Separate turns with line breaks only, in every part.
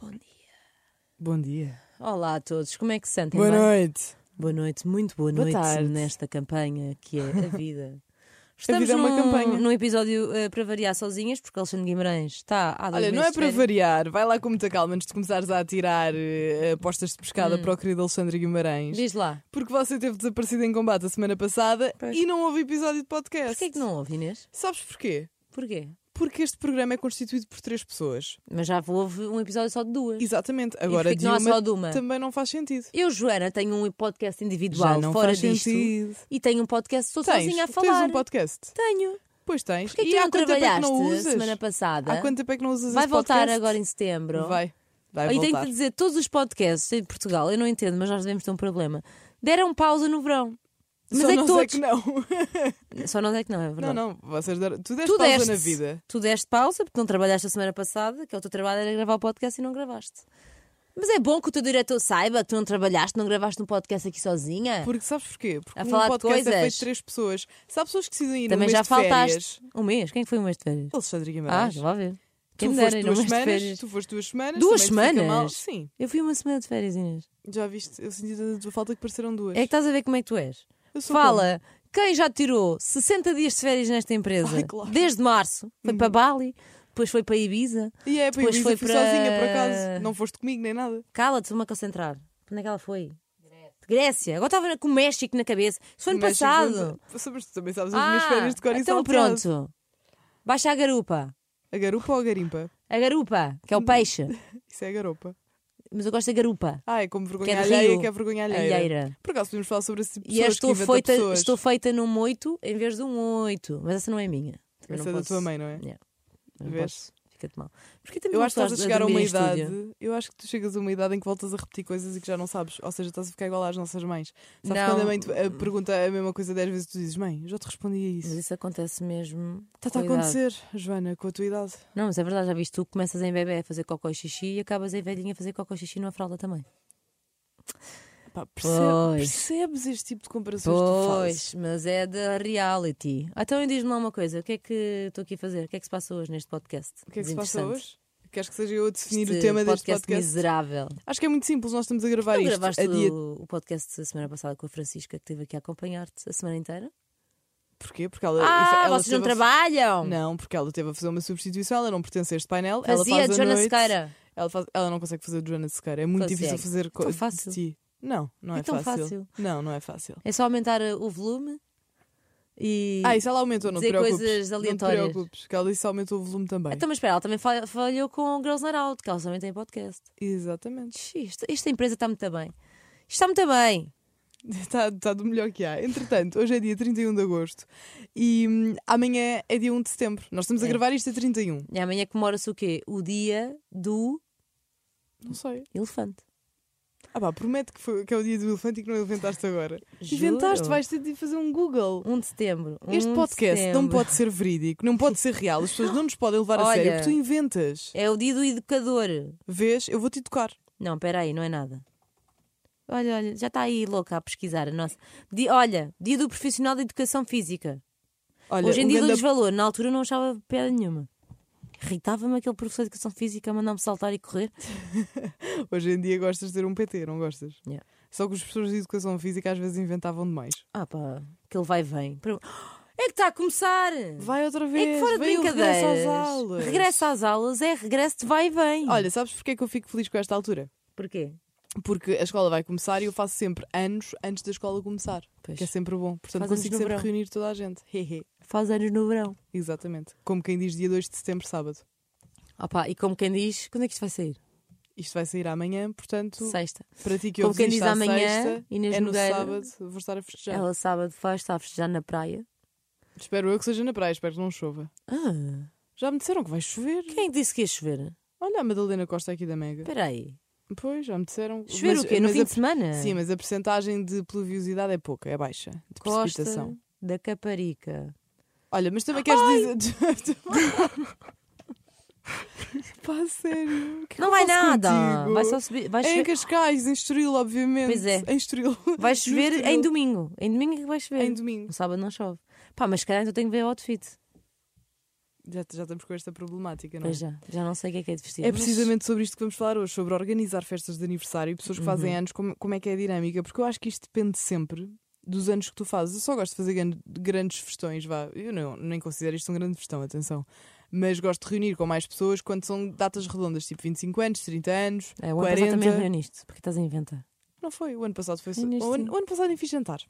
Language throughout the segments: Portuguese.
Bom dia.
Bom dia.
Olá a todos, como é que se sentem?
Boa
bem?
noite.
Boa noite, muito boa,
Boa
noite
tarde.
nesta campanha que é a vida.
vida é uma
num,
campanha.
num episódio eh, para variar sozinhas, porque Alexandre Guimarães está há dois
Olha,
meses
não é
de
para
férias.
variar. Vai lá com muita calma antes de começares a atirar eh, apostas de pescada para o querido Alexandre Guimarães.
Hum. Diz lá,
Porque você teve desaparecido em combate a semana passada
Pois.
e não houve episódio de podcast.
porquê é que não ouve, Inês?
Sabes porquê?
Porquê?
Porque este programa é constituído por três pessoas.
Mas já houve um episódio só de duas.
Exatamente. Agora
porque
de
não há
uma,
só de uma?
também não faz sentido.
Eu, Joana, tenho um podcast individual
Já não
fora
faz
disto
sentido.
e tenho um podcast sou
Tens,
sozinha a
tens
falar.
um podcast.
Tenho.
Pois tens.
Porquê é que
e
tu
há
não
quanto tempo é que
trabalhaste
não usas?
semana passada?
Há quanto tempo é que não usas
Vai
esse
voltar
podcast?
agora em setembro.
Vai. Vai
e tenho
voltar.
que te dizer, todos os podcasts em Portugal, eu não entendo, mas nós devemos ter um problema. Deram pausa no verão. Mas
Só
é que
nós
todos.
é que não.
Só nós é que não, é
Não,
verdade.
não, vocês deram. Tu deste
Tu
pausa
deste,
na vida.
tu deste pausa porque não trabalhaste a semana passada, que é o teu trabalho era gravar o podcast e não gravaste. Mas é bom que o teu diretor saiba, tu não trabalhaste, não gravaste um podcast aqui sozinha.
Porque sabes porquê? Porque
É. A
um
falar de
podcast é feito
coisas.
de três pessoas. Se há pessoas que decidem ir
Também
um mês
já
de férias,
faltaste. Um mês? Quem foi um mês de férias?
Alexandre
Ah,
Guimarães.
já vai ver. Quem
tu
me
foste
dera ir um
duas
mês de
semanas.
férias.
Tu foste duas semanas.
Duas
também te fica
semanas?
Mal. Sim,
Eu fui uma semana de férias, Inês.
já viste. Eu senti da tua falta que pareceram duas.
É que estás a ver como é que tu és.
Eu sou
Fala, quem já tirou 60 dias de férias nesta empresa?
Ai, claro. Uhum.
Desde março. Foi para Bali, depois foi para Ibiza.
como. E é, para
Depois
Ibiza,
foi
fui
para-
sozinha por acaso. Não foste comigo nem nada.
Cala-te, vou-me a concentrar. Onde é que ela foi? Grécia. Agora estava com o México na cabeça. Isso foi ano
Mas, tipo, então,
passado.
Sabes, tu também sabes as minhas
Ah,
férias de cor e
então
salteado.
pronto. Baixa a garupa.
A garupa ou a garimpa?
A garupa, que é
Hum.
o peixe.
Isso é a garupa.
Mas eu gosto da garupa.
Ah, é como vergonha
Que é de
alheia,
Rio.
que é vergonha alheia.
Alheira.
Por acaso podemos falar sobre esse tipo de
E eu
pessoas
estou
que inventam
feita,
pessoas.
estou feita num oito em vez de um oito. Mas essa não é minha. Também
Essa
não
é da
posso-
tua mãe, não é?
Yeah. Não
Vês?
posso. Fica-te mal. Porque também
Eu
não
acho que estás a
gosto
chegar a
dormir
uma
em estúdio.
idade. Eu acho que tu chegas a uma idade em que voltas a repetir coisas e que já não sabes. Ou seja, estás a ficar igual às nossas mães. Sabes
Não.
quando a mãe te, eh, pergunta a mesma coisa dez vezes tu dizes, mãe, já te respondi a
Mas
isso.
isso acontece mesmo.
Está-te a
com idade.
acontecer, Joana, com a tua idade.
Não, mas é verdade, já viste, tu começas em bebê a fazer cocó e xixi e acabas em velhinha a fazer cocó e xixi numa fralda também.
Pá, percebe-
Pois.
percebes este tipo de comparações que tu fazes?
Pois, mas é da reality. Ah, Então diz-me lá uma coisa, o que é que estou aqui a fazer? O que é que se passa hoje neste podcast?
O que é que se passa
Desinteressante.
hoje? Queres que seja eu a definir
Este
o tema deste
podcast
podcast?
miserável.
Acho que é muito simples, nós estamos a gravar
Tu
isto
gravaste
a dia.
o, o podcast da semana passada com a Francisca, que esteve aqui a acompanhar-te a semana inteira.
Porquê? Porque ela.
Ah,
ela
vocês não
esteve a-
trabalham!
Não, porque ela teve a fazer uma substituição, ela não pertence a este painel. ela
Fazia
faz
de
a
Joana
noite.
Sequeira.
Ela, faz- ela não consegue fazer de Joana Sequeira. É muito
Consegue.
difícil fazer co-
Tão fácil.
de ti. Não, não é,
É tão
fácil.
fácil.
Não, não é fácil.
É só aumentar uh, o volume e.
Ah, isso ela aumentou, não te
dizer
preocupes.
coisas
Não
aleatórias.
te preocupes, que ela disse que aumentou o volume também.
Então, mas espera, ela também falha- falhou com Girls Night Out, que ela também tem podcast.
Exatamente.
Xi, Esta, esta empresa está muito bem. Isto Está muito bem.
Está, está Tá, do melhor que há. Entretanto, hoje é dia 31 de agosto e hum, amanhã é dia 1 de setembro. Nós estamos a
É.
gravar isto a 31.
E amanhã comemora-se o quê? O dia do
Não sei.
elefante.
Ah pá, promete que, foi- que é o dia do elefante e que não inventaste agora.
Juro.
Inventaste, vais ter de fazer um Google.
1 de setembro. 1
Este
de
podcast não
setembro.
pode ser verídico, não pode ser real, as pessoas não nos podem levar a
Olha.
sério, porque tu inventas.
É o dia do educador.
Vês? Eu vou-te educar.
Não, espera aí, não é nada. Olha, olha, já está aí louca a pesquisar. a Nossa. Di- olha, dia do profissional da educação física.
Olha,
Hoje em
um
dia
grande
dou-lhes valor. Na altura não achava piada nenhuma. Irritava-me aquele professor de educação física a mandar-me saltar e correr.
ap- Hoje em dia gostas de ter um PT, não gostas?
Yeah.
Só que os professores de educação física às vezes inventavam demais.
Ah pá, aquele vai e vem. Para- É que está a começar!
Vai outra
É
vez.
que fora de
vem o
brincadeiras.
Regresso às aulas.
Regresso às aulas é regresso de vai e vem.
Olha, sabes porquê que eu fico feliz com esta altura?
Porquê?
Porque a escola vai começar e eu faço sempre anos antes da escola começar,
Pois.
que é sempre bom. Portanto,
Faz anos
consigo
no
sempre
verão.
reunir toda a gente. Hehe.
Faz anos no verão.
Exatamente. Como quem diz dia 2 de setembro, sábado.
Ah pá, e como quem diz, quando é que isto vai sair?
Isto vai sair amanhã, portanto,
Sexta.
para ti que
Como
ouves
quem
isto
diz
à
amanhã,
sexta,
Inês
é no
Nogueira.
sábado, vou estar a festejar.
Ela sábado vai estar a festejar na praia.
Espero eu que seja na praia, espero que não chova.
Ah,
Já me disseram que vai chover.
quem é que disse que ia chover?
Olha a Madalena Costa aqui da Mega.
Espera aí.
Pois, já me disseram.
Chover
Mas-
o quê? No
mas
fim
a-
de semana?
Sim, mas a percentagem de pluviosidade é pouca, é baixa, de
Costa
precipitação.
da Caparica.
Olha, mas também queres dizer. Pá, a sério. o que é que
Não
eu
vai
faço
nada.
contigo?
Vai só subir. Vai,
É em
chover,
Cascais, em Estoril, obviamente.
Pois é.
Em Estoril.
vai
No
chover em
Estoril.
domingo. Em domingo é que vai chover.
Em domingo.
No sábado não chove. Pá, mas se calhar então tenho que ver o outfit.
Já, já estamos com esta problemática, não é?
Pois já, já não sei o que é que é de vestir.
É
mas-
precisamente sobre isto que vamos falar hoje, sobre organizar festas de aniversário e pessoas
Uhum.
que fazem anos, como, como é que é a dinâmica, porque eu acho que isto depende sempre dos anos que tu fazes. Eu só gosto de fazer gran- grandes festões, vá. Eu não, nem considero isto um grande festão, atenção. Mas gosto de reunir com mais pessoas quando são datas redondas, tipo 25 anos, 30 anos,
É, o ano passado
40.
também reuniste, porque estás a inventar.
Não foi, o ano passado foi só.
Nem neste
O
sim.
ano, o ano passado nem fiz jantar.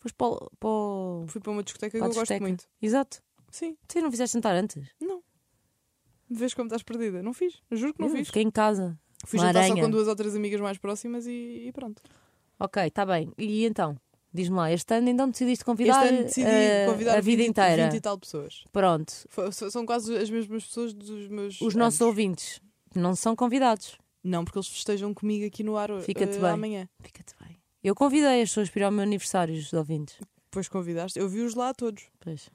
Foste para o. Para o-
Fui para uma discoteca
para a
que eu gosto
discoteca.
muito.
Exato.
Sim,
Tu não fizeste jantar antes?
vês como estás perdida. Não fiz, juro que não
Eu
fiz.
Fiquei em casa.
Fui
Hum, uma
jantar só
aranha.
com duas ou três amigas mais próximas e, e pronto.
Ok, está bem. E então? Diz-me lá, este ano então decidiste convidar,
este ano decidi
eh,
convidar
a vida
20
inteira.
20 e tal pessoas.
Pronto.
Fo- so- São quase as mesmas pessoas dos meus.
Os
anos.
nossos ouvintes não são convidados.
Não, porque eles festejam comigo aqui no ar eh,
Fica-te bem.
amanhã.
Fica-te bem. Eu convidei as pessoas para ir ao meu aniversário, os ouvintes.
Depois convidaste. Eu vi-os lá todos.
Pois.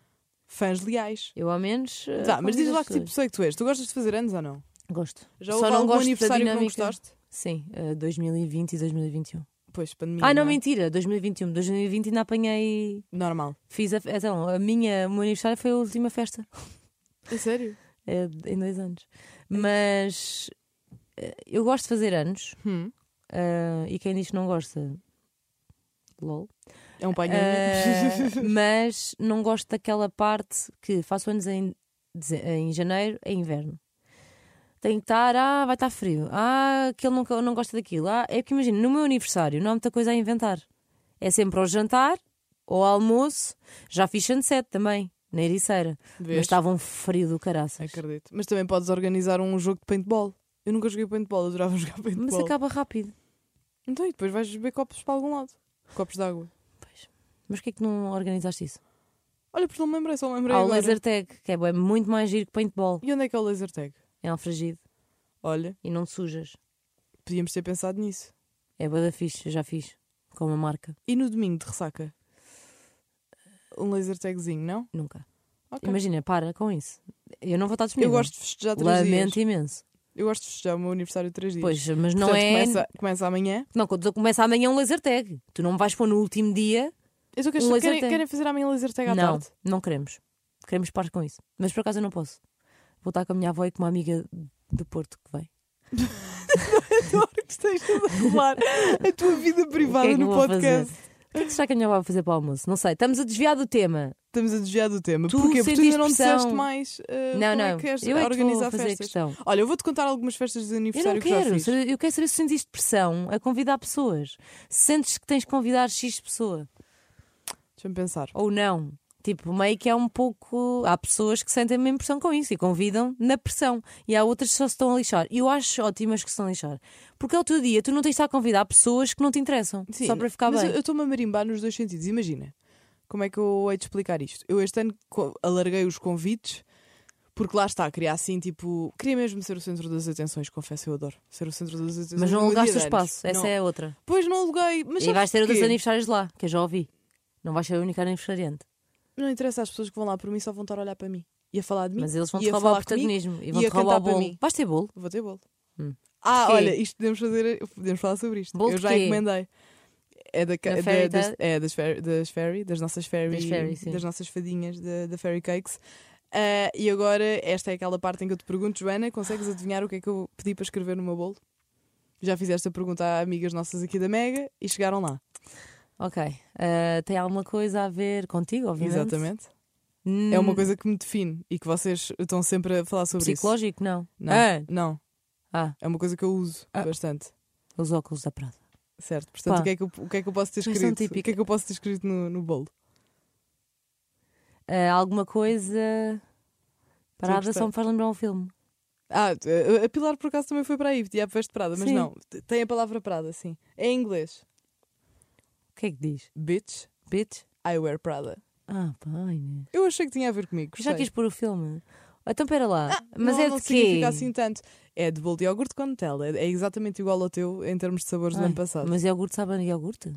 Fãs leais.
Eu, ao menos. eh,
Tá, mas
convido
diz lá
as
que tipo de
pessoas.
pessoa é que tu és. Tu gostas de fazer anos ou não?
Gosto.
Já
Só
houve
não
algum
gosto da
aniversário que não
dinâmica.
gostaste?
Sim, eh, 2020 e 2021.
Pois, pandemia.
Ah, não,
é?
mentira, 2021. 2020 um ainda apanhei.
Normal.
Fiz a. Então, a minha, o meu aniversário foi a última festa
É sério?
eh, em dois anos. Mas. eh, eu gosto de fazer anos
Hum,
eh, e quem diz que não gosta. LOL.
É um painel.
Ah, mas não gosto daquela parte que faço anos em, deze- em janeiro, é inverno. Tem que estar, ah, vai estar frio, ah, aquele não, não gosta daquilo. Ah, é porque imagina, no meu aniversário não há muita coisa a inventar. É sempre ao jantar ou ao almoço. Já fiz sunset também, na Ericeira. Mas
Vês?
estava um frio do caraças.
Acredito. Mas também podes organizar um jogo de paintball. Eu nunca joguei paintball, eu adorava jogar paintball.
Mas acaba rápido.
Então, e depois vais beber copos para algum lado. Copos de água.
Mas porquê que não organizaste isso?
Olha, porque não me lembrei, só me lembrei
Há o
agora.
laser tag, que é bué muito mais giro que paintball.
E onde é que é o laser tag?
É alfragido
Olha,
e não te sujas.
podíamos ter pensado nisso.
É bué da fixe, eu já fiz. Com uma marca.
E no domingo de ressaca? Um laser tagzinho, não?
Nunca.
Ok.
Imagina, para com isso. Eu não vou estar disponível.
Eu gosto de festejar três
Lamento
dias.
imenso.
Eu gosto de festejar o meu aniversário três dias.
Pois, mas não
Portanto,
é.
Começa, começa amanhã.
Não, quando começa amanhã um laser tag. Tu não me vais pôr no último dia.
Eu só quero
Um
saber-
laser
querem,
tag.
querem fazer amanhã laser tag à
não,
tarde?
não queremos. Queremos parar com isso. Mas por acaso eu não posso. Vou estar com a minha avó e com uma amiga do Porto que vem.
Adoro que estejas a revelar a tua vida
O que
privada
é que
no
eu vou fazer?
podcast.
O que é que será que a minha avó vai fazer para o almoço? Não sei. Estamos a desviar do tema.
Estamos a desviar do tema.
Tu
Porquê? Porque tu
sentiste
ainda não
pressão.
disseste mais uh, como
não, não.
é que queres
eu é que vou
organizar
fazer a
festas.
questão.
Olha, eu vou-te contar algumas festas de
Eu não
aniversário que já
quero.
fiz.
Saber- Eu quero saber se sentiste pressão a convidar pessoas. Se Sentes que tens de convidar X pessoa
Deixa-me pensar.
ou não. Tipo, meio que é um pouco. Há pessoas que sentem a mesma pressão com isso e convidam na pressão. E há outras que só se estão a lixar. E eu acho ótimas que se estão a lixar. Porque ao teu dia tu não tens de estar a convidar pessoas que não te interessam.
Sim,
só para ficar
mas
bem.
eu- eu estou-me a marimbar nos dois sentidos. Imagina, como é que eu hei de explicar isto? Eu este ano co- alarguei os convites, porque lá está, queria assim, tipo, queria mesmo ser o centro das atenções, confesso, eu adoro ser o centro das atenções.
Mas
no
não
meu dia
alugaste o
de
espaço.
anos.
Essa
Não.
é outra.
Pois não aluguei, mas
e
sabes
vais ter outros
porquê?
aniversários lá, que eu já ouvi. Não vais ser o único aniversariante.
Não interessa, as pessoas que vão lá por mim só vão estar a olhar para mim e a falar de mim.
Mas eles vão
E
te
a
roubar o
falar comigo
protagonismo e vão te
a
roubar o
cantar para
bolo.
mim.
Vais ter bolo?
Vou ter bolo.
Hum.
Ah,
Porquê?
olha, isto podemos fazer, podemos falar sobre isto.
Bolo
eu
de
já
quê?
encomendei. É, da, ca-
Da
da-
fairy
das,
tale?
é das, fairy, das fairy, das nossas fairy,
Das fairy, sim.
das nossas fadinhas da, da Fairy Cakes. Ah, e agora, esta é aquela parte em que eu te pergunto, Joana, consegues adivinhar o que é que eu pedi para escrever no meu bolo? Já fiz esta pergunta a amigas nossas aqui da Mega e chegaram lá.
Ok. Ah, tem alguma coisa a ver contigo, obviamente?
Exatamente.
Hum,
É uma coisa que me define e que vocês estão sempre a falar sobre
Psicológico, não.
isso. Não,
Ah,
não.
Ah.
É uma coisa que eu uso
Ah.
bastante.
os óculos da Prada.
Certo, portanto,
Pá.
o que, é que eu, o que é que eu posso ter
Mas são
escrito? O que
típicas.
é que eu posso ter escrito no, no bolo?
Ah, alguma coisa. Parada
gostar.
só me faz lembrar um filme.
Ah, a- a Pilar por acaso também foi para aí, pedia a peste Prada, mas
Sim.
não, t- tem a palavra Prada, sim. É em inglês.
O que é que diz?
Bitch,
Bitch?
I wear Prada.
Ah, pá, ai, né.
Eu achei que tinha a ver comigo.
Já
gostei.
quis pôr o filme. Então pera lá. Mas
Ah, não,
é
não
de quê?
significa assim tanto. É de bolo de iogurte com Nutella. É é exatamente igual ao teu em termos de sabores do
Ai,
ano passado.
Ah, Mas iogurte sabe a iogurte?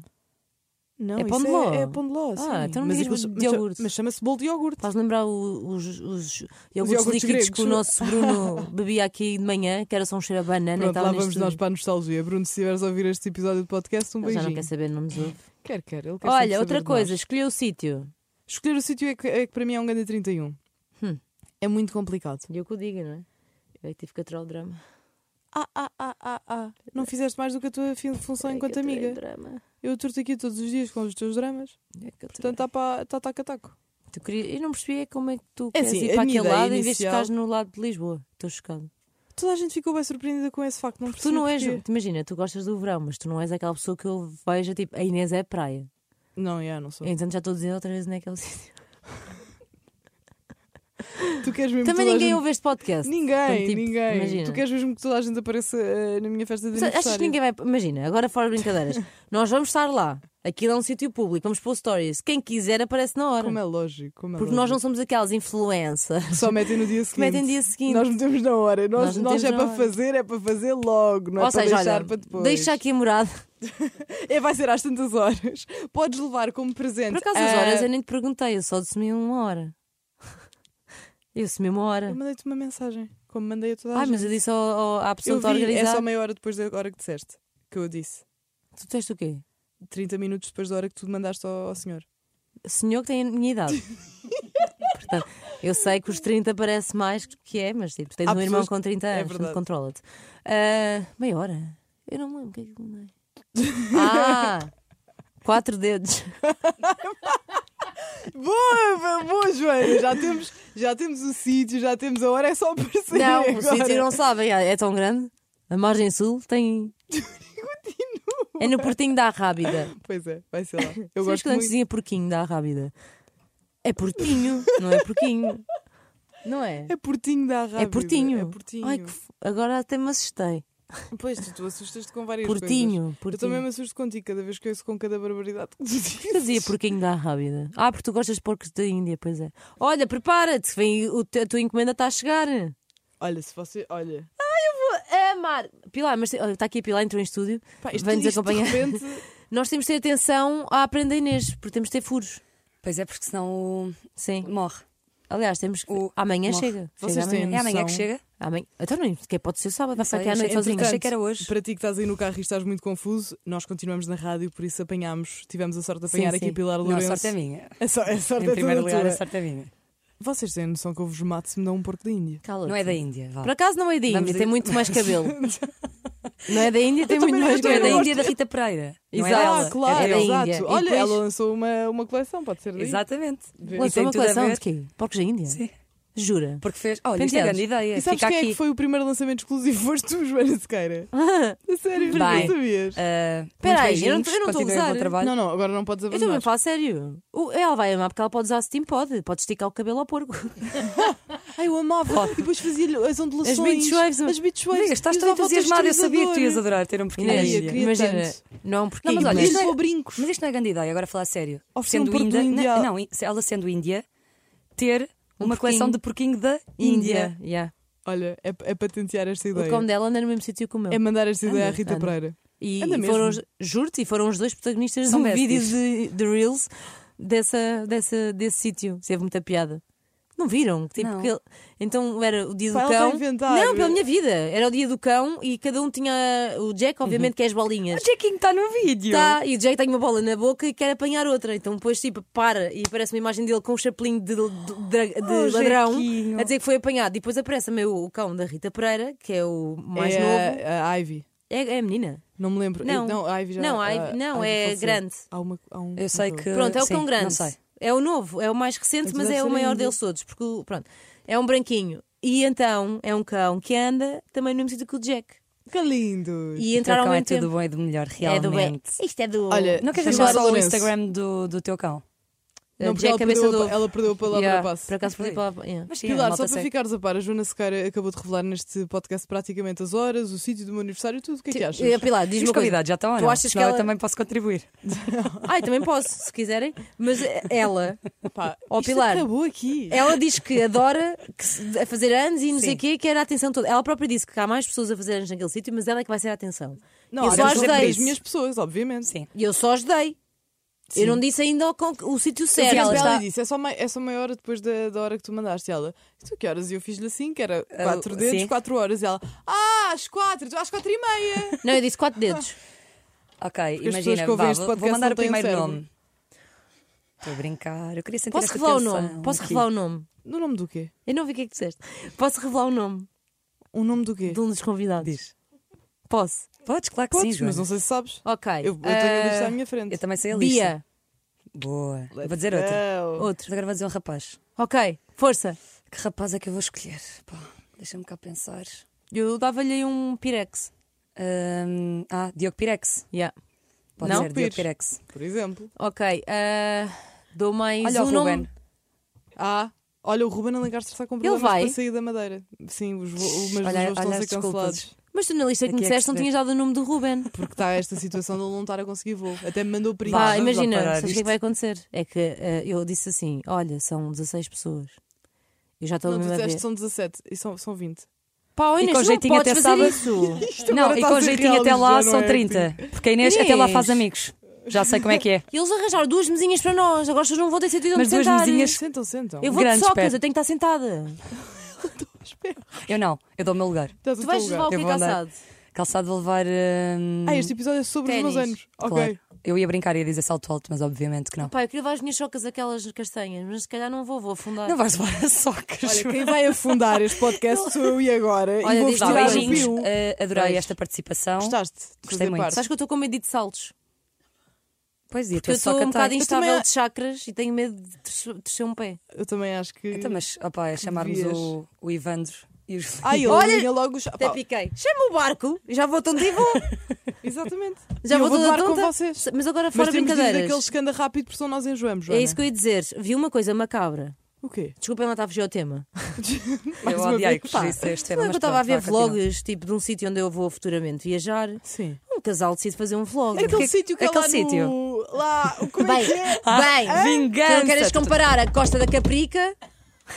Não,
é
isso
pão de ló.
É, é pão de ló, sim.
então não
mas
digas
aquilo-
bolo de
mas cha-
iogurte.
Mas chama-se bolo de iogurte.
Faz lembrar o- os, os iogurtes
iogurtes
líquidos que o
gregos.
nosso Bruno bebia aqui de manhã, que era só um cheiro a banana e
Pronto,
tal.
lá
neste
vamos nós para a nostalgia. Bruno, se estiveres a ouvir este episódio de podcast, um
Ele já não
beijinho.
quer saber, não nos ouve.
Quer, quer. Ele quer sempre
Olha,
saber
outra
de nós.
coisa, escolheu o sítio.
Escolher o sítio é que, é que para mim é um grande 31.
Hum.
É muito complicado.
E eu que o diga, não é? Eu tive que aturar o drama.
Ah, ah, ah, ah, ah. Não fizeste mais do que a tua fi- função
É que
enquanto
eu aturei o
amiga.
drama.
Eu estou aqui todos os dias com os teus dramas.
É que eu aturei.
Portanto, está para tá, taco a taco.
Tu queria- Eu não percebi é como é que tu
É
queres
assim,
ir
a
para
minha
aquele
ideia
lado em vez de
inicial-
ficares no lado de Lisboa. Estou chocado.
Toda a gente ficou bem surpreendida com esse facto. Não
Tu
percebi
não és.
porquê.
te Imagina, tu gostas do verão, mas tu não és aquela pessoa que eu vejo, tipo, a Inês é praia.
Não, yeah, não sou.
Então já estou a dizer outra vez naquele sítio.
Tu queres mesmo
Também
toda a
ninguém
gente-
ouve este podcast.
Ninguém,
Portanto, tipo,
ninguém.
imagina.
Tu queres mesmo que toda a gente apareça eh, na minha festa de
Mas Achas que
aniversário?
ninguém vai. Imagina, agora fora de brincadeiras, nós vamos estar lá. Aquilo é um sítio público, vamos pôr stories. Quem quiser aparece na hora.
Como é lógico. Como é
Porque nós não
lógico.
somos aquelas influencers
Só metem no dia seguinte.
que metem dia seguinte.
Nós metemos na hora. Nós,
Nós
nós
metemos
é
na
para
hora.
fazer, é para fazer logo. Não é
Ou
para
seja,
deixar
olha,
para depois.
deixa aqui a morada.
É, vai ser às tantas horas. Podes levar como presente.
Por acaso, as
ah,
horas é eu nem te perguntei, eu só assumi uma hora. Eu assumi uma hora.
Eu mandei-te uma mensagem. Como mandei a toda a
Ai,
gente.
mas eu disse ao, ao- à pessoa
eu vi,
que está a organizar.
é só meia hora depois da hora que disseste. Que eu disse.
Tu disseste o quê?
30 minutos depois da hora que tu mandaste ao, ao senhor.
Senhor que tem a minha idade. Portanto, eu sei que os 30 parece mais que é, mas tipo, tens
Há
um irmão
pessoas-
com 30
é
anos, portanto,
verdade.
controla-te. Ah, meia hora? Eu não me lembro o que é que eu mandei. Ah! Quatro dedos.
Boa, boa, Joana. Já temos, já temos o sítio, já temos a hora. É só aparecer.
Não,
agora.
o sítio não sabe, é é tão grande. A margem sul tem. É no portinho da Arrábida.
Pois é, vai ser lá. Eu gosto
Sabes que antes
muito.
dizia porquinho da Arrábida? É portinho, não é porquinho. Não é?
É portinho da Arrábida.
É portinho.
É portinho.
Ai, que f- Agora até me assustei.
Pois, tu, tu assustas-te com várias coisas.
Portinho,
Eu
portinho.
também me assusto contigo cada vez que ouço com cada barbaridade que tu dizes.
Eu dizia porquinho da Arrábida. Ah, porque tu gostas de porcos da Índia, pois é. Olha, prepara-te, vem, o te- a tua encomenda está a chegar.
É,
Olha, se você. Olha.
Amar! Pilar, mas olha, está aqui a Pilar, entrou em estúdio.
Pá, isto,
Vem-nos
isto
acompanhar.
de repente.
Nós temos de ter atenção à aprenda Inês, porque temos de ter furos.
Pois é, porque senão o...
Sim.
morre.
Aliás, temos que.
O-
Amanhã
morre.
chega.
Vocês
chega amanhã.
têm-
É amanhã
Noção.
que chega?
amanhã. Então nem sequer pode ser sábado, vai
Não
ficar
sei,
aqui à noite
achei-
sozinho.
Achei que era hoje.
Para ti que estás aí no carro e estás muito confuso, nós continuamos na rádio, por isso apanhámos, tivemos a sorte de apanhar
Sim,
aqui
sim.
a Pilar
Não, a
Lourenço.
sorte é minha.
A so- a sorte
Em
é
primeiro
toda
lugar, a
tua.
sorte é minha.
Vocês têm noção que eu vos mato se me dão um porco da Índia.
Cala-te.
Não é da Índia, vá.
Por acaso não é da
Vamos
Índia,
dizer-
tem muito mais cabelo. não é da Índia, tem muito
também-
mais
eu também
É
cabelo.
da
gosto.
Índia da Rita Pereira. Não
Exato.
é dela,
Ah,
é
claro,
da
é da
Índia.
Índia.
Exato.
E
Olha,
depois-
ela lançou uma, uma coleção, pode ser daí.
Exatamente.
Lançou
E tem
uma
tudo a
coleção
ver,
de quê? Porcos da Índia?
Sim.
Jura?
Porque fez. Olha, isto é
Penteados.
grande ideia.
E sabes
Fica
quem
aqui.
é que foi o primeiro lançamento exclusivo? Foste tu, Joana Sequeira. A sério,
Bem.
não sabias?
Espera
Ah,
aí, eu
muitos
não-
beijinhos,
eu não estou a
continuem o bom
gozar.
trabalho.
Não, não, agora não podes
Eu
abandonar.
também falo a sério. O- Ela vai amar porque ela pode usar steam, pode. Pode esticar o cabelo ao porco.
Ai, eu amava. E depois fazia-lhe as ondulações.
As beachwaves.
As beachwaves.
Amiga, estás
E
tão
usava o
entusiasmada, eu sabia que tu ias
texturizador.
adorar ter um porquinho da
Ai,
Inês,
eu
Índia.
queria
imagina,
tanto.
não é um
Não,
porquinho.
mas olha,
Mas
isto não
só
é-
brincos.
Mas isto não é grande ideia, agora a falar a sério.
Oferecer um
sendo
porco da Índia.
Não, não, in- ela sendo Índia, ter
Um
uma coleção
porquinho.
de porquinho da Índia.
Índia. yeah.
Olha, é, é patentear esta
O
ideia.
cão dela anda no mesmo sítio que o meu.
É mandar esta ideia à
Anda,
Rita
anda.
Pereira.
E
Anda mesmo.
foram, os- juro-te, e foram os dois protagonistas de
São
um vídeo de,
besties.
de Reels dessa, dessa, desse sítio. Teve muita piada. Não viram? Tipo,
Não.
que ele- Então era o dia
Pá, ela
do
está a
cão.
inventar.
Não, pela minha vida. Era o dia do cão e cada um tinha. O Jack, obviamente, que é as bolinhas.
O Jackinho está no vídeo.
Tá, e o Jack tem uma bola na boca e quer apanhar outra. Então depois tipo para e aparece uma imagem dele com um chapelinho de, de- de- de
Oh,
ladrão
Jaquinho.
a dizer que foi apanhado. E depois aparece também o, o cão da Rita Pereira, que é o mais
é
novo.
A, a Ivy.
É, é a menina.
Não me lembro.
Não.
Eu- não, a Ivy já
Não, a
a-
Ivy- não,
a
é
faleceu.
grande.
Há uma, há um,
Eu sei que.
Pronto, é o
sim,
cão grande.
Não sei.
É o novo, é o mais recente,
Então
mas
deve
é o
ser
maior
ainda.
deles todos. Porque, o- pronto, é um branquinho. E então é um cão que anda também no mesmo sítio que o Jack.
Que lindo.
E
O teu
entraram
cão
ao
é
mesmo
tudo
tempo.
bom e do melhor,
é do bem.
realmente.
Isto é do.
Olha,
Não queres
Sim,
deixar
Laura
só o
Lourenço.
Instagram do, do teu cão?
Não,
Uh,
porque ela
Jack cabeça
perdeu,
do.
a, ela perdeu a palavra
Yeah,
passe.
Por acaso perdi
Foi.
para a- yeah.
Mas sim,
Pilar,
malta
só para
segue.
ficares a par, a Joana Sequeira acabou de revelar neste podcast praticamente as horas, o sítio do meu aniversário, tudo. O que é que achas?
Eh, Pilar, diz-me
Os
uma coisa.
convidados já estão, ou
Tu
não?
achas que
Então, Senão
ela-
eu também posso contribuir?
Ai, também posso, se quiserem. Mas eh, ela,
Pá,
Ó,
isto
Pilar. É,
acabou aqui.
ela diz que adora que se- a fazer anos e não sei
Sim.
o quê, que era a atenção toda. Ela própria disse que há mais pessoas a fazer anos naquele sítio, mas ela é que vai ser a atenção.
Não,
eu
há
só
pessoas-
ajudei.
as minhas pessoas, obviamente.
Sim.
E eu só ajudei. Eu não disse ainda o, con- o sítio certo.
vi
Ela,
Ela está-
disse, é só, meia, é só meia hora depois da, da hora que tu mandaste. Ela, tu que horas? E eu fiz-lhe assim, que era quatro
Ah, sim.
dedos, quatro horas. E ela, ah, às quatro, tu às quatro e meia.
Não, eu disse quatro dedos.
Ok,
pessoas
imagina,
que ouvem
vá,
este
vou
podcast
um
vou mandar
não
o
têm
primeiro
cérebro.
nome. Estou a brincar. Eu queria sentir
Posso
esta
revelar o
tensão
nome? Posso
aqui.
revelar o nome?
No nome do quê?
Eu não vi o que é que disseste. Posso revelar o nome
O nome do quê?
de um dos convidados?
Diz.
Posso?
Podes, claro que
Podes,
sim.
mas
Joana.
não sei se sabes.
Ok.
Eu, eu tenho
Ah,
a lista à minha frente.
Eu também sei a lista.
Bia.
Boa. Eu vou dizer outra.
Não.
Outro.
Mas agora vou dizer um rapaz.
Ok, força.
Que rapaz é que eu vou escolher? Pá, deixa-me cá pensar.
Eu dava-lhe um Pirex.
Ahm, ah, Diogo Pirex.
Yeah.
Pode
Não?
ser Diogo
Pires.
Pirex.
Por exemplo.
Ok. ah, dou mais
Olha
um
o
nome.
Ruben.
Ah, olha, o Ruben Alencastre está com
Ele
problemas
vai?
para sair da Madeira. Sim, os vo- os meus
Olha,
voos estão a
olha
ser
as desculpas.
cancelados.
Mas tu na lista que
Aqui
me
é
disseste
que
não
se vê.
tinhas dado o nome do Ruben.
Porque está esta situação de ele não estar a conseguir voo. Até me mandou print.
Vá,
vamos lá
imagina,
parar
sabes o que é que
isto.
vai acontecer? É que ah, eu disse assim: olha, são 16 pessoas. Eu já estou
Não, tu
mesmo a
disseste
ver.
que são 17 e são, são 20.
Pá, oh,
E
Inês,
com
não
jeitinho
podes
até
fazer
sábado.
isso.
Não,
agora
e
está a
com
ser
jeitinho até
reality,
lá
já não
são
é
30. Porque a Inês até lá faz
Inês.
amigos. Já sei como é que é.
Eles arranjaram duas mesinhas para nós. Agora vocês não vão ter sentido onde
Mas duas
sentar.
mesinhas-
Sentam, sentam.
Eu vou de
Grande
socas,
espera.
eu tenho que estar sentada.
Eu não, eu dou o meu lugar.
Estás
Tu
ao
vais
teu
levar o
lugar.
que
Eu
é
vou andar.
calçado?
Calçado vou levar. hum,
Ah,
tipo
este episódio é sobre os meus
Ténis.
anos.
claro.
Ok.
Eu ia brincar e ia dizer salto alto, mas obviamente que não.
Pá, eu queria levar as minhas socas aquelas castanhas, mas se calhar não vou, vou afundar.
Não vais levar a socas.
Olha, quem vai afundar este podcast sou eu e agora.
Olha,
e vou
diz lá,
Vá,
tirar o
beijinhos. Ah,
pio.
Eh, adorei
Beijo.
esta participação.
Gostaste de
Gostei
fazer
muito.
parte?
Sabes que eu estou com medo de sal-los.
Pois é, a
Porque
tua
eu estou
soca
um
tá-
bocado
Eu
instável
também-
de chakras e tenho medo de torcer- torcer um pé.
Eu também acho que.
Então, mas opa, é chamarmos
devias.
o, o Ivandro e os.
Ah, ele
Olha-
liga logo os.
Até
Pá,
piquei. Chama o barco, já vou tão tipo. e vou.
Exatamente.
Já
Eu
vou
vou
toda
doar com
tonta.
vocês.
Mas agora,
Mas
fora
temos de ir
brincadeiras.
daqueles que anda rápido, porque senão nós enjoamos, Joana.
É isso que eu ia dizer. Vi uma coisa macabra.
O quê?
Desculpem lá estar a fugir ao tema.
Mais
eu
uma
odiei que
vez.
Pá,
fugisse a este tema.
Não é que eu
mas
estava a
pronto,
ver
vá, continua.
vlogs, tipo, de um sítio onde eu vou futuramente viajar.
Sim.
Um casal decide fazer um vlog.
É aquele sítio que é
aquele
lá
sítio.
no... Lá, como é que é?
Ah, Bem,
vingança.
tu não queres comparar a Costa da Caprica?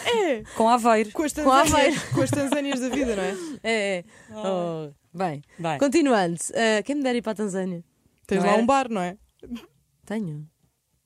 É.
Com Aveiro.
Com as
Com a
Tanzânias, com as Tanzânias da vida, não é?
É. Oh, Bem,
Vai.
continuando. Ah, quem me dera ir para a Tanzânia?
Tens
Não
lá
era?
um bar, não é?
Tenho.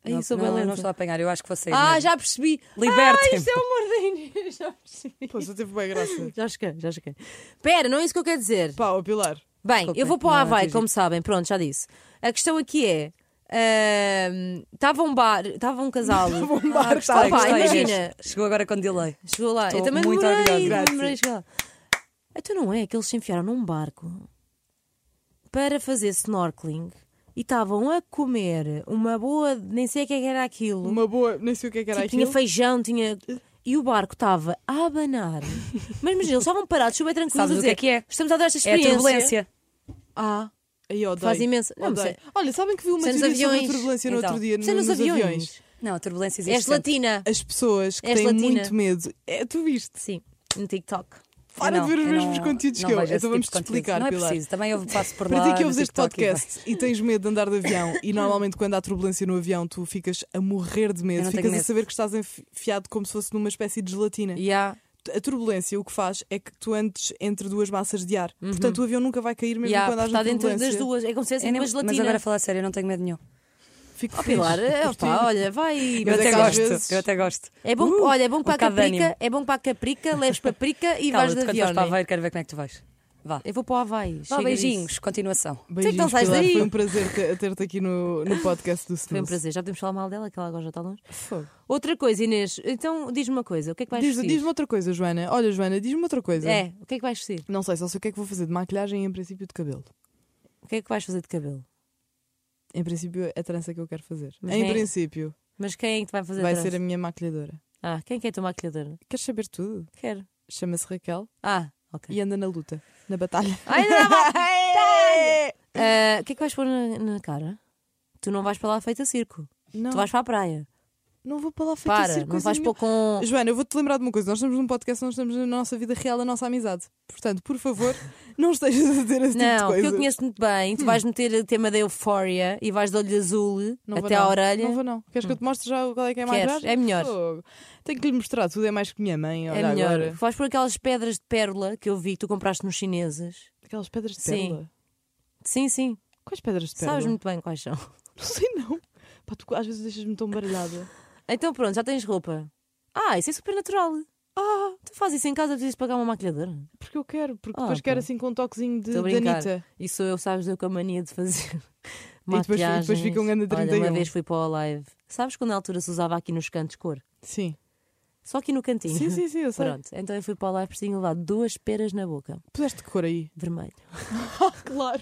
Aí
Não,
sou
não,
bem
eu não
lenta.
estou a apanhar, eu acho que vou sair.
Ah,
mesmo.
já percebi. Ah,
Libertem-me.
isto é o amor da Inês. Já percebi.
Pô, só teve bem graça.
Já cheguei, já cheguei. Pera, não é isso que eu quero dizer.
Pá, o Pilar.
Bem,
Desculpem,
eu vou para o
não
Havaí,
atingi.
como sabem, pronto, já disse. A questão aqui é. ahm, Estava um bar, estava um casal.
Um bar,
Vai,
Opa,
gostei, Inês.
imagina.
Chegou agora com delay.
Chegou lá.
Estou
eu também
muito
demorei,
orgulhosa.
demorei a chegar lá. Então não é que eles se enfiaram num barco para fazer snorkeling e estavam a comer uma boa. Nem sei o que é que era aquilo.
Uma boa, nem sei o que é que era
Tipo,
aquilo.
tinha feijão, tinha. E o barco estava a abanar. Mas imagina, eles estavam parados, super tranquilos.
Sabes
a
o que
dizer,
é que é?
Estamos a dar esta
É a
experiência.
turbulência.
Ah,
Aí, odeio.
faz imenso. Não, mas
Odeio.
é-
Olha, sabem que vi uma
Isso é nos
teoria sobre a
aviões.
turbulência no
Então,
outro dia
Isso é
no-
nos aviões.
Não, a turbulência existe.
É
sempre.
gelatina.
As pessoas que
És
têm
latina.
muito medo. É, tu viste?
Sim, no TikTok.
Para
Eu não,
de ver os
eu
mesmos
não-
conteúdos
não
que eu.
vejo esse
Então vamos
tipo
te
de conteúdo.
explicar,
Não é
Pilar.
preciso, também eu passo por
Para
lá.
ti que
no
ouves este
TikTok e vai.
podcast e tens medo de andar de avião e normalmente quando há turbulência no avião tu ficas a morrer de
Eu
medo,
não
ficas
tenho
a
medo.
saber que estás enfiado como se fosse numa espécie de gelatina.
Yeah.
A turbulência o que faz é que tu andes entre duas massas de ar.
Uhum.
Portanto o avião nunca vai cair mesmo
Yeah,
quando
porque
haja
está dentro
turbulência.
das duas. É como se fosse
Eu nem-
uma
Mas
gelatina.
agora a falar sério, eu não tenho medo nenhum.
Fico
Oh,
feliz.
Pilar, é,
Por ti.
opá, olha, vai.
Mas
Eu
Mas
até
é,
que às
gosto,
vezes-
eu até gosto.
é bom,
Uh,
olha, é bom
um
para a
bocado de
Caprica,
ânimo.
é bom para a Caprica, leves para Prica e
Cala-te,
vais de
quando vais
avião.
para
né?
Aveiro, quero ver como é que tu vais. Vá.
Eu vou para o Havaí.
Vá, beijinhos, continuação.
Sei que não
Beijinhos,
Então sais
Pilar.
daí.
Foi um prazer te- ter-te aqui no, no podcast do
Foi um
Snooze.
prazer. Já podemos falar mal dela, que ela agora já está longe.
Foi.
Outra coisa, Inês, então diz-me uma coisa. O que é que vais
Diz-
vestir?
Diz-me outra coisa, Joana. Olha, Joana, diz-me outra coisa.
É, o que é que vais vestir?
Não sei, só sei o que é que vou fazer de maquilhagem e em princípio de cabelo.
O que é que vais fazer de cabelo?
Em princípio é a trança que eu quero fazer.
Mas
em
nem-
princípio
Mas quem é que te vai fazer
vai
a trança?
ser a minha maquilhadora.
Ah, quem é que é a tua maquilhadora?
Queres saber tudo?
Quero.
Chama-se Raquel
Ah, ok.
e anda na luta, na batalha.
Ai, não, batalha! Ah, O que é que vais pôr na, na cara? Tu não vais para lá feita circo.
Não,
Tu vais para a praia.
não vou para lá feito
Para, não vais pôr com.
Joana, eu vou-te lembrar de uma coisa. Nós estamos num podcast, nós estamos na nossa vida real, na nossa amizade. Portanto, por favor, não estejas a dizer esse tipo de
Não, porque
coisa. Hum.
eu conheço muito bem. Tu vais meter o tema da euforia e vais de olho azul
Não vou
até
não.
à orelha. Hum.
Não vou não. Queres que eu te mostre já qual é que é mais
Queres,
raro?
é melhor.
Fogo. Tenho que lhe mostrar tudo, é mais que minha mãe. Olha
é melhor.
Agora.
Vais por aquelas pedras de pérola que eu vi que tu compraste nos chineses.
Aquelas pedras de
Sim.
pérola.
Sim, sim.
Quais pedras de pérola?
Sabes muito bem quais são.
Não sei não. Pá, tu às vezes deixas-me tão baralhada.
Então pronto, já tens roupa. Ah, isso é super natural.
Ah,
Tu fazes isso em casa, precisas pagar uma maquilhadora.
porque eu quero, porque
Ah,
depois
pá.
quero assim com um toquezinho de,
Estou a
de
brincar.
Anitta.
Isso eu, sabes, eu com a mania de fazer.
E depois- e depois
maquiagens.
fica um ganda
Olha,
31.
Uma vez fui para o live Sabes quando na altura se usava aqui nos cantos cor?
Sim.
Só aqui no cantinho.
Sim, sim, sim, eu sei.
Pronto, então eu fui para o live preciso levar duas peras na boca.
Puseste que cor aí.
Vermelho.
Claro.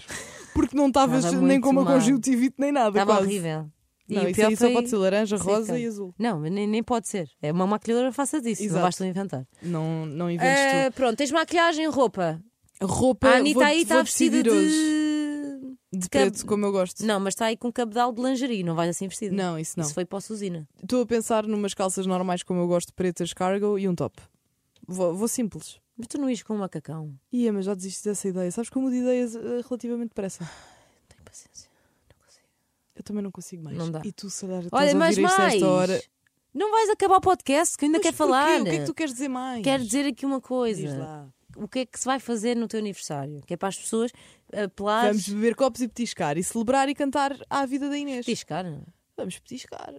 Porque não estavas
Estava
nem
muito
com uma
má.
conjuntivite nem nada.
Estava
quase.
horrível. E
Não,
o
isso
pior
aí só
foi-
pode ser laranja,
Sim,
rosa
claro.
e azul.
Não, nem, nem pode ser. É uma maquilhadora faça disso,
Exato.
não basta um inventar.
Não, não inventes
Ah, pronto, tens maquilhagem, roupa.
tu. Roupa,
A Anitta
vou,
aí está
vou
vestida
decidir
de.
hoje. De
cab-
preto, como eu gosto.
Não, mas está aí com um cabedal de lingerie, não vais assim vestido.
Não, isso não.
Isso foi para a Suzina.
Estou a pensar numas calças normais como eu gosto, pretas, cargo e um top. Vou, vou simples.
Mas tu não ias com um macacão.
Ia, mas já desiste dessa ideia. Sabes que eu mudo ideias eh, relativamente depressa.
Tenho paciência. Não consigo.
Eu também não consigo mais.
Não dá.
E tu, se calhar, estás
Olha,
a
mas
ouvir isto a
mais.
esta hora.
Não vais acabar o podcast que eu ainda
Mas
quero
porquê?
falar.
O que é que tu queres dizer mais?
Quero dizer aqui uma
Diz
coisa.
lá.
O que é que se vai fazer no teu aniversário? Que é para as pessoas eh, apelar.
Vamos beber copos e petiscar e celebrar e cantar à vida da Inês.
Diz, cara.
Vamos petiscar.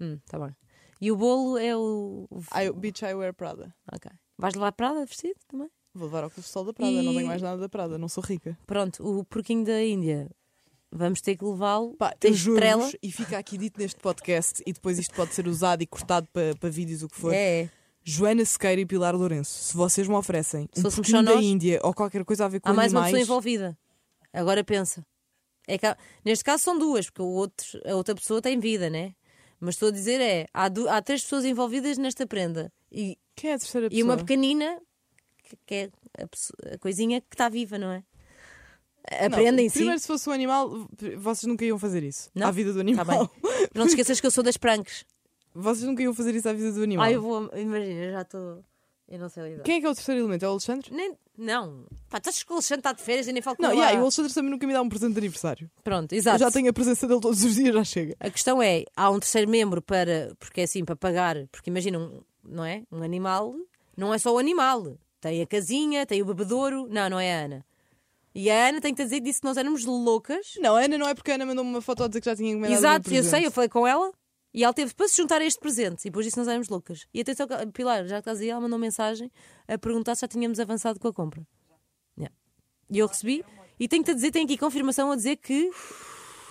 Hum, tá bem. E o bolo é o. o-
I, bitch, I wear Prada.
Ok. Vais levar Prada vestido também?
Vou levar ao cristal da Prada,
E-
não tenho mais nada da Prada, não sou rica.
Pronto, o porquinho da Índia. Vamos ter que levá-lo.
Pá,
Tem
eu juro
estrela?
e fica aqui dito neste podcast e depois isto pode ser usado e cortado para para vídeos, o que for.
É.
Joana Sequeira e Pilar Lourenço, se vocês me oferecem
Se
um
fôssemos
pouquinho
só
da
nós-
Índia ou qualquer coisa a ver com
Há mais uma
animais,
pessoa envolvida. Agora pensa. É que há- Neste caso são duas, porque o outro, a outra pessoa tem vida, né? Mas estou a dizer é: há, du- há três pessoas envolvidas nesta prenda. E,
quem é a terceira pessoa?
e uma pequenina, que, que é a, pesso- a coisinha que está viva, não é? A
Não,
prenda em si.
Primeiro, se fosse um animal, vocês nunca iam fazer isso
Não?
à vida do
Tá bem.
animal.
Não te esqueças que eu sou das pranques.
Vocês nunca iam fazer isso à vida do animal.
Ah, eu vou. Imagina, eu já estou. Eu não sei lidar.
Quem é que é o terceiro elemento? É o Alexandre?
Nem... Não. Pá, estás com o Alexandre está de férias e nem falo com
Não,
ele.
yeah,
lá.
e o Alexandre também nunca me dá um presente de aniversário.
Pronto,
Eu
exato.
já tenho a presença dele todos os dias, já chega.
A questão é, há um terceiro membro para, porque é assim, para pagar, porque imagina, um, não é? Um animal, não é só o animal. Tem a casinha, tem o bebedouro. Não, não é a Ana. E a Ana tem que te dizer disse que nós éramos loucas.
Não, a Ana não é porque a Ana mandou-me uma foto a dizer que já tinha encomendado o meu
Exato, eu
presente.
sei, eu falei com ela e ela teve para se juntar a este presente e depois disse que nós éramos loucas. E atenção, que a Pilar, já que estás aí, ela mandou mensagem a perguntar se já tínhamos avançado com a compra. Yeah. E eu recebi e tenho que te dizer, tenho aqui confirmação a dizer que,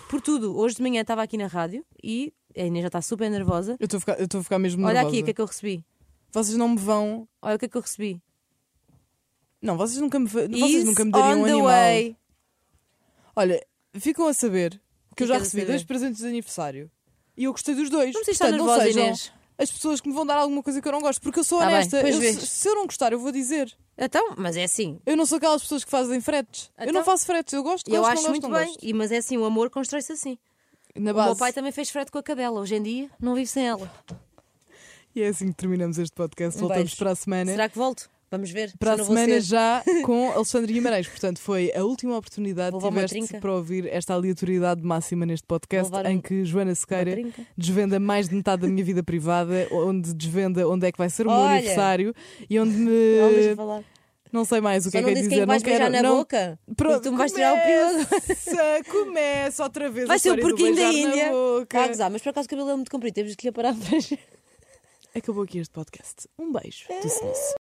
por tudo, hoje de manhã estava aqui na rádio e a Inês já está super nervosa.
Eu estou a ficar- eu estou a ficar mesmo
Olha
nervosa.
aqui o que é que eu recebi.
Vocês não me vão...
Olha o que é que eu recebi.
Não, vocês nunca me, fa- vocês
Is
nunca me dariam
on
um
the
animal.
way.
Olha, ficam a saber que eu
Ficas
já
a
recebi
saber.
dois presentes de aniversário e eu gostei dos dois.
Não precisas estar
Portanto, não
nervosa,
sejam
Inês.
as pessoas que me vão dar alguma coisa que eu não gosto, porque eu sou
Tá bem,
honesta.
pois
Eu-
vês.
se, se eu não gostar, eu vou dizer.
Então, mas é assim.
Eu não sou aquelas pessoas que fazem fretes. Eu
Então?
não faço fretes, eu gosto,
E eu
gosto,
acho
não gosto,
muito
não
bem,
gosto.
e, mas é assim, o amor constrói-se assim.
Na
O
base.
meu pai também fez frete com a cadela. Hoje em dia não vive sem ela.
E é assim que terminamos este podcast.
Um
Voltamos
beijo.
para a semana.
Será que volto? Vamos ver.
é? Para
Se
a
eu não vou
semana
ser.
já com Alexandre Guimarães. Portanto, foi a última oportunidade
Vou
que
levar uma
tiveste
trinca.
para ouvir esta aleatoriedade máxima neste podcast
Vou levar
em
um-
que Joana Sequeira
uma trinca.
desvenda mais de metade da minha vida privada, onde desvenda onde é que vai ser o meu
Olha.
aniversário e onde
Não, deixa eu
me.
falar.
Não sei mais o que
Só
eh, é que
não
é
disse
dizer.
quem vais
não quero.
beijar na
não...
boca.
Pronto,
Porque tu me vais tirar o período.
começa, começa outra vez. a
Vai ser o
história do
porquinho da
beijar na
Índia.
boca.
Está a gozar, mas por acaso o cabelo é muito comprido. Temos que lhe parar para É.
Acabou aqui este podcast. Um beijo do Smith.